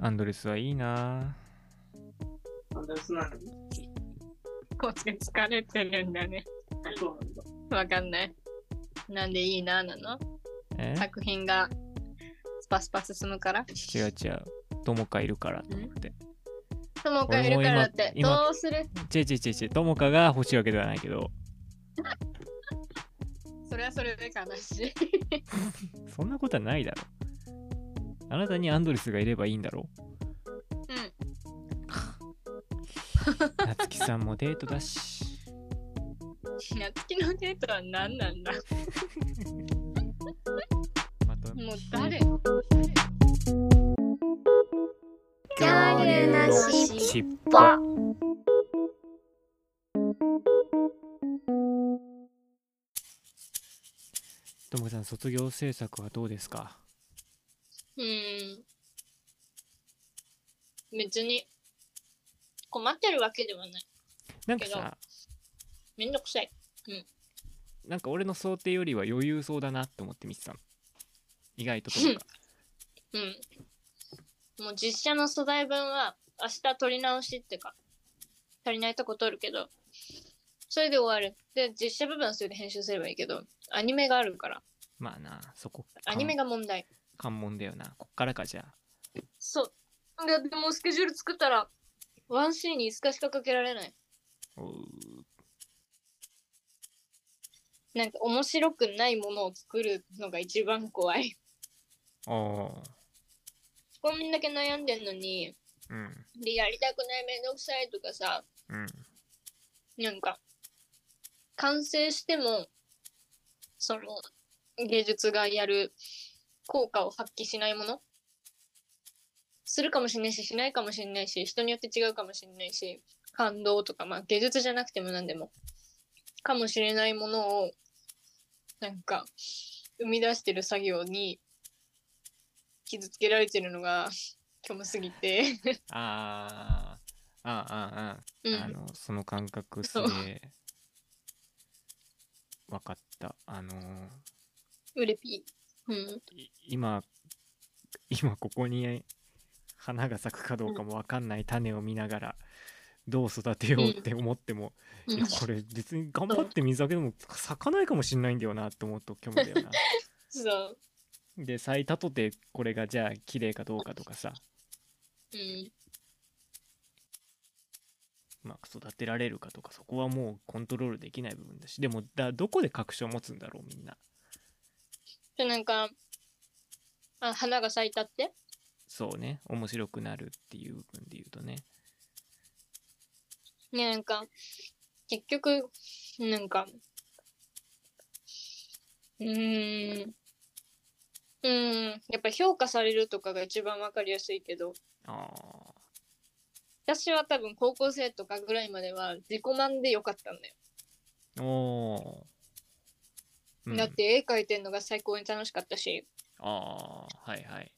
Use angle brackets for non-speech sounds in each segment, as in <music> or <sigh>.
アンドレスはいいなアンドレスなんコーチが疲れてるんだね。そうなんだ。わかんない。なんでいいななのえ作品がスパスパ進むから。違う違う。ともかいるからと思って。ともかいるからって、俺も今今どうする違う違う違う違う。ともかが欲しいわけではないけど、それはそれで悲しい。 <laughs> そんなことはないだろ。あなたにアンドレスがいればいいんだろ。うん。夏希さんもデートだし。 <laughs> 夏希のデートは何なんだまたもう誰恐竜のしっぽともかさん、卒業制作はどうですかうん。別に困ってるわけではない。なんかけさ、めんどくさい。なんか俺の想定よりは余裕そうだなって思って見てたの。意外とともか。うん。もう実写の素材分は明日撮り直しってか、足りないとこ撮るけど、それで終わる。で、実写部分はそれで編集すればいいけど、アニメがあるから、まあな、そこ。アニメが。が問題。関門だよな。こっからかじゃあ。そう。ででもスケジュール作ったら、ワンシーンに5日しかかけられない。おうなんか面白くないものを作るのが一番怖い。あこんだけ悩んでんのに、あ。うん。で、やりたくないめんどくさいとかさ、うん。なんか、完成しても、その、芸術がやる効果を発揮しないものするかもしれないし、しないかもしれないし、人によって違うかもしれないし、感動とか、まあ芸術じゃなくても何でも、かもしれないものを、なんか、生み出してる作業に、傷つけられてるのが、虚無すぎて、ああ。ああああ。うん、あのその感覚すそうげえ分かったあのーうれぴー。うん。い今今ここに花が咲くかどうかも分かんない種を見ながらどう育てようって思っても、ういやんこれ別に頑張って水あげても咲かないかもしんないんだよなって思うと虚無だよなそう。で咲いたとてこれがじゃあ綺麗かどうかとかさうん。まあ、育てられるかとかそこはもうコントロールできない部分だしでもだどこで確証を持つんだろうみんなでなんかあ花が咲いたってそうね面白くなるっていう部分で言うとねねなんか結局なんかうーんうーんやっぱ評価されるとかが一番わかりやすいけどああ私は多分高校生とかぐらいまでは自己満でよかったんだよ、おーうんだって絵描いてんのが最高に楽しかったしああはいはい、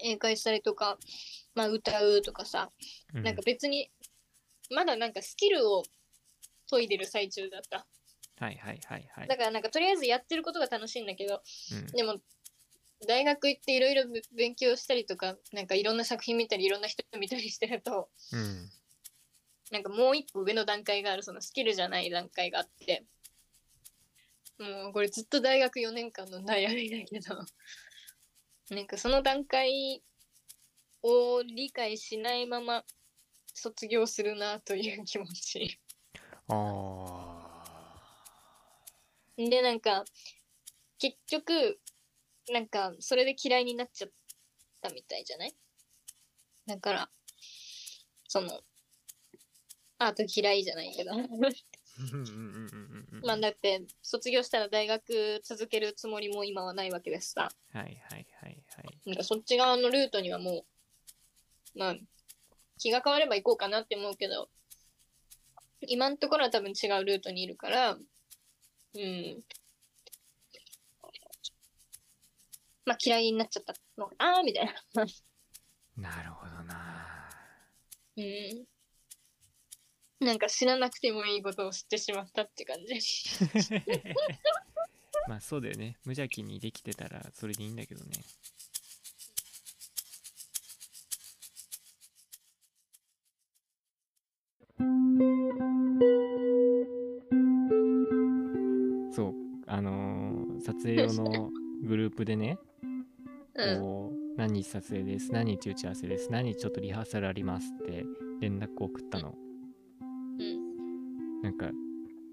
絵描いたりとか、まあ、歌うとかさうなんか別にまだなんかスキルを研いでる最中だったはいはいはいはいだからなんかとりあえずやってることが楽しいんだけどうんでも大学行っていろいろ勉強したりとかなんかいろんな作品見たりいろんな人見たりしてると <laughs> うんなんかもう一歩上の段階があるそのスキルじゃない段階があってもうこれずっと大学4年間の悩みだけど <laughs> なんかその段階を理解しないまま卒業するなという気持ち。あでなんか結局なんかそれで嫌いになっちゃったみたいじゃないだからそのアート嫌いじゃないけど <laughs> あまあだって卒業したら大学続けるつもりも今はないわけですさはいはいはいはいなんかそっち側のルートにはもうまあ気が変われば行こうかなって思うけど今のところは多分違うルートにいるからうんまあ嫌いになっちゃったのかなみたいななるほどなうんなんか知らなくてもいいことを知ってしまったって感じ <laughs> まあそうだよね無邪気にできてたらそれでいいんだけどね撮影用のグループでね、うん。こう何日撮影です何日打ち合わせです何日ちょっとリハーサルありますって連絡を送ったの、うん。なんか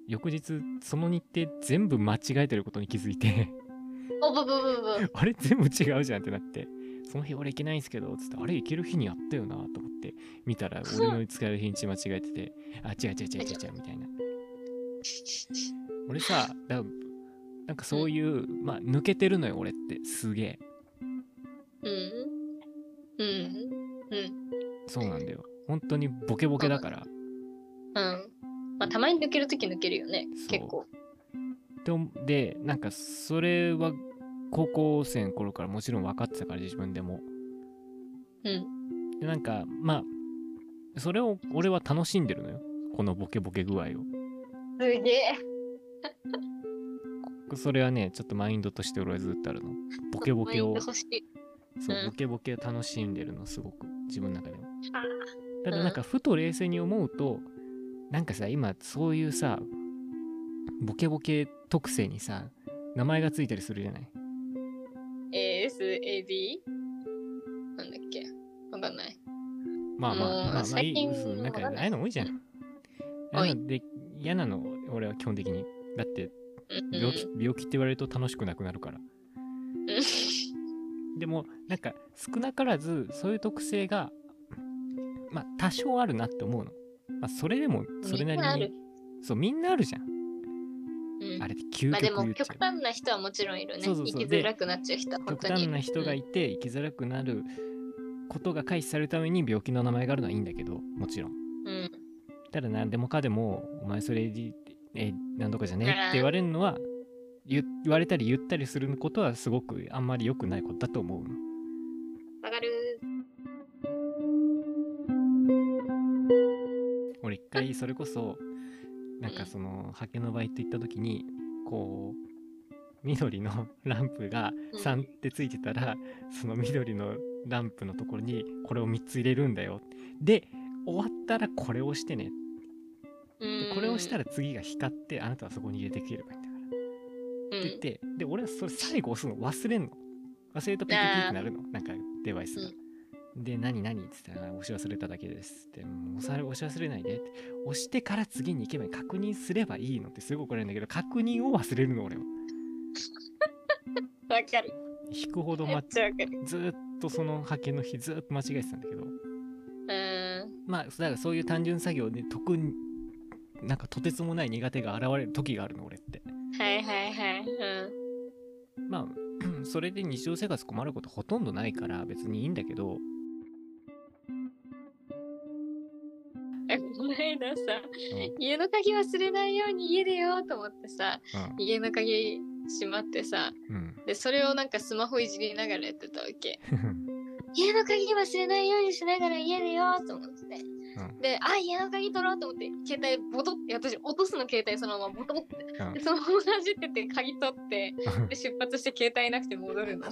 翌日その日程全部間違えてることに気づいて <laughs> おぶぶぶぶ。あれ全部違うじゃんってなってその日俺行けないんすけどつってあれ行ける日にあったよなと思って見たら俺の使える日にち間違えててあ違う違う違う違う違うみたいな俺さだなんかそういうまあ抜けてるのよ俺ってすげえうん。うん。うん。そうなんだよ本当にボケボケだからうん。まあ、たまに抜けるとき抜けるよねそう。結構。でもでなんかそれは高校生の頃からもちろん分かってたから自分でもうん。でなんかまあそれを俺は楽しんでるのよこのボケボケ具合すげえ。をそれはねちょっとマインドとして俺はずっとあるのボケボケマインをド欲しい。そううんボケボケを楽しんでるのすごく自分の中でもあただなんかふと冷静に思うとなんかさ今そういうさボケボケ特性にさ名前がついたりするじゃない ASAB? なんだっけわかんない。まあまあもう、まあまあい最い、近うんなんか、わかんないああいうの多いじゃん。多いああうので、嫌なの、俺は基本的に。だって、うん病気、病気って言われると楽しくなくなるから。うんでも、なんか、少なからず、そういう特性が、まあ、多少あるなって思うの。まあ、それでも、それなみんなありるに、そう、みんなあるじゃん。うんあれって究まあで極言もっちゃ極う。端な人はもちろんいるね。そうそうそう生きづらくなっちゃう人は本極当に端いる。な人がいて、生きづらくなることが回避されるために病気の名前があるのはいいんだけど、もちろん。うん。ただ何でもかでも「お前それ AD え何とかじゃねえ」って言われるのは言言われたり言ったりすることはすごくあんまり良くないことだと思うの。わかる。俺一回それこそなんかその派遣のバイト行った時にこう緑の <laughs> ランプがうん3ってついてたら、その緑のランプのところにこれを3つ入れるんだよ。で終わったらこれをしてね。でこれをしたら、ら次が光ってあなたはそこに入れてくれればいいんだから。うって言っん、て、で俺はそれ最後押すの忘れんの忘れるとピッピッピッってなるのなんかデバイスが、で何何って言ったら押し忘れただけですってもう押され押し忘れないでって押してから次に行けばいい確認すればいいのってすごい怒られるんだけど確認を忘れるの俺はわかる。引くほど、めまっ、ちゃわかる。ずーっとその派遣の日ずーっと間違えてたんだけどうん。まあだからそういう単純作業で特になんかとてつもない苦手が現れる時があるの俺ってはいはいはい。うん。まあ <clears throat> それで日常生活困ることほとんどないから別にいいんだけど、えこの間さ、うん家の鍵忘れないように家でよと思ってさ、う家の鍵閉まってさ、んで、それをなんかスマホいじりながらやってたわけ。家の鍵忘れないようにしながら家でよと思って、うんであ家の鍵取ろうと思って携帯ボトって私落とすの携帯そのままボトって、うんでそのまま走ってって鍵取ってで出発して携帯なくて戻るの <laughs> いっ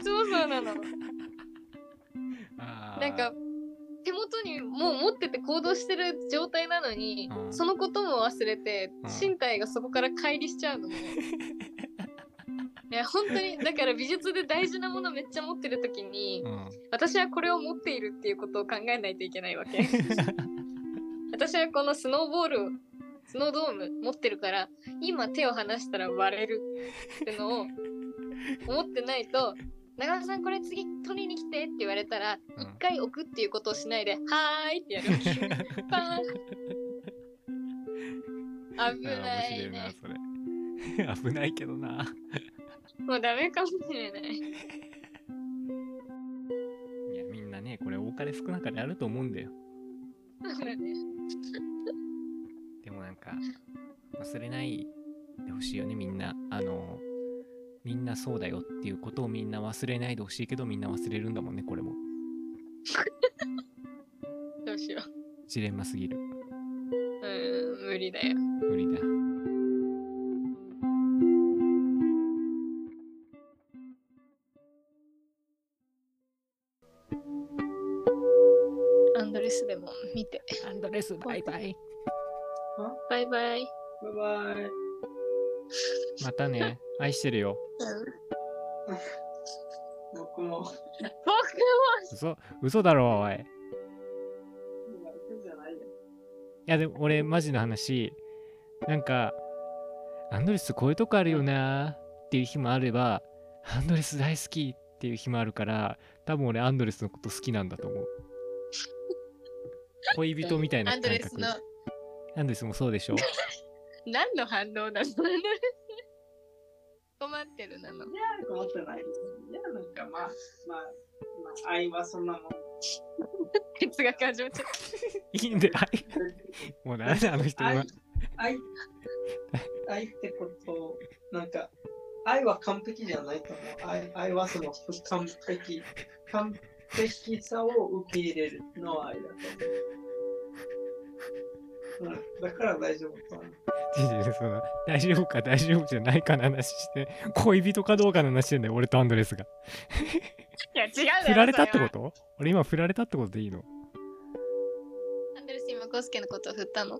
つもそうななのなんか手元にもう持ってて行動してる状態なのに、うんそのことも忘れて、うん身体がそこから乖離しちゃ <laughs> うのもういや本当にだから美術で大事なものめっちゃ持ってる時に、うん、私はこれを持っているっていうことを考えないといけない <laughs> わけ私はこのスノーボールをスノードーム持ってるから今手を離したら割れるっての <laughs> を思ってないと長尾さんこれ次取りに来てって言われたらうん一回置くっていうことをしないで「はーい」ってやるわけ <laughs> パーン危な面白ないねそれ危ないけどなもうダメかもしれない <laughs> いやみんなねこれ多かれ少なかれあると思うんだよでもなんか忘れないでほしいよねみんなあのみんなそうだよっていうことをみんな忘れないでほしいけどみんな忘れるんだもんねこれもどうしよジレンマすぎるううーん無理だよ無理だアンドレスでも見てアンドレスバイバイバイバイバイバイ。またね。愛してるよ。僕も、僕も嘘、嘘だろ、おい。い今行くんじゃないよ。や、でも俺、マジの話、なんか、アンドレスこういうとこあるよなーっていう日もあれば、アンドレス大好きっていう日もあるから、多分俺、アンドレスのこと好きなんだと思 <laughs> う。恋人みたいなアン感ド覚。レスのアンドレスもそうでしょ <laughs> 何の反応なのアンド <laughs> レス困ってるなの。いやー、困ってないです。いやー、なんかまあ、まあ、まあ、愛はそんなもん。哲学始まっちゃっいいんだよ。 <laughs> 愛もうなんであの人は愛。愛愛ってことをなんか愛は完璧じゃないと思う愛愛はその不完璧完璧さを受け入れるの愛だと思う、うん、だから大丈夫かな違う違うその大丈夫か大丈夫じゃないかの話して、恋人かどうかの話してんだよ、俺とアンドレスが。た。いや、違うだろ振られたってこそと俺今振られたってことでいいのれはアンドレス今、コスケのことを振ったの。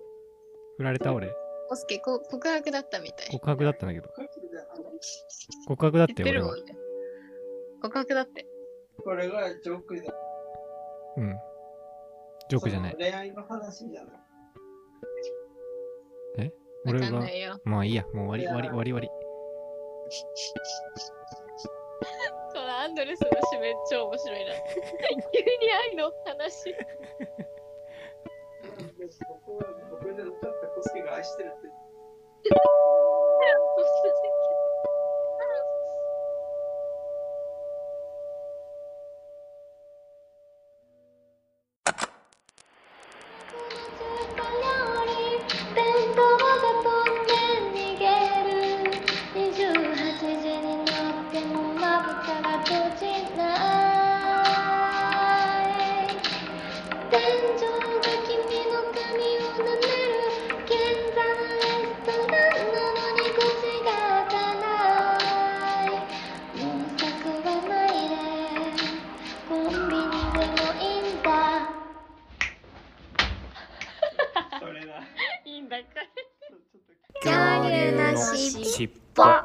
振られた俺。コスケ、こ告白だったみたい。告白だったんだけど。これじゃない告白だっ言ってて俺るもは。んね。告白だって。これがジョークだうん。ジョークじゃないそ。の恋愛の話じゃないわ俺かんがな。いよ。まあいいや、もう終わり終わり終わり終わそのアンドレスの締め超面白いな。 <laughs> 急に愛の話。僕は僕じゃなかったコスケが愛してるって <laughs> コンビニでもいいんだそれだいいんだかちょっと恐竜のしっぽ。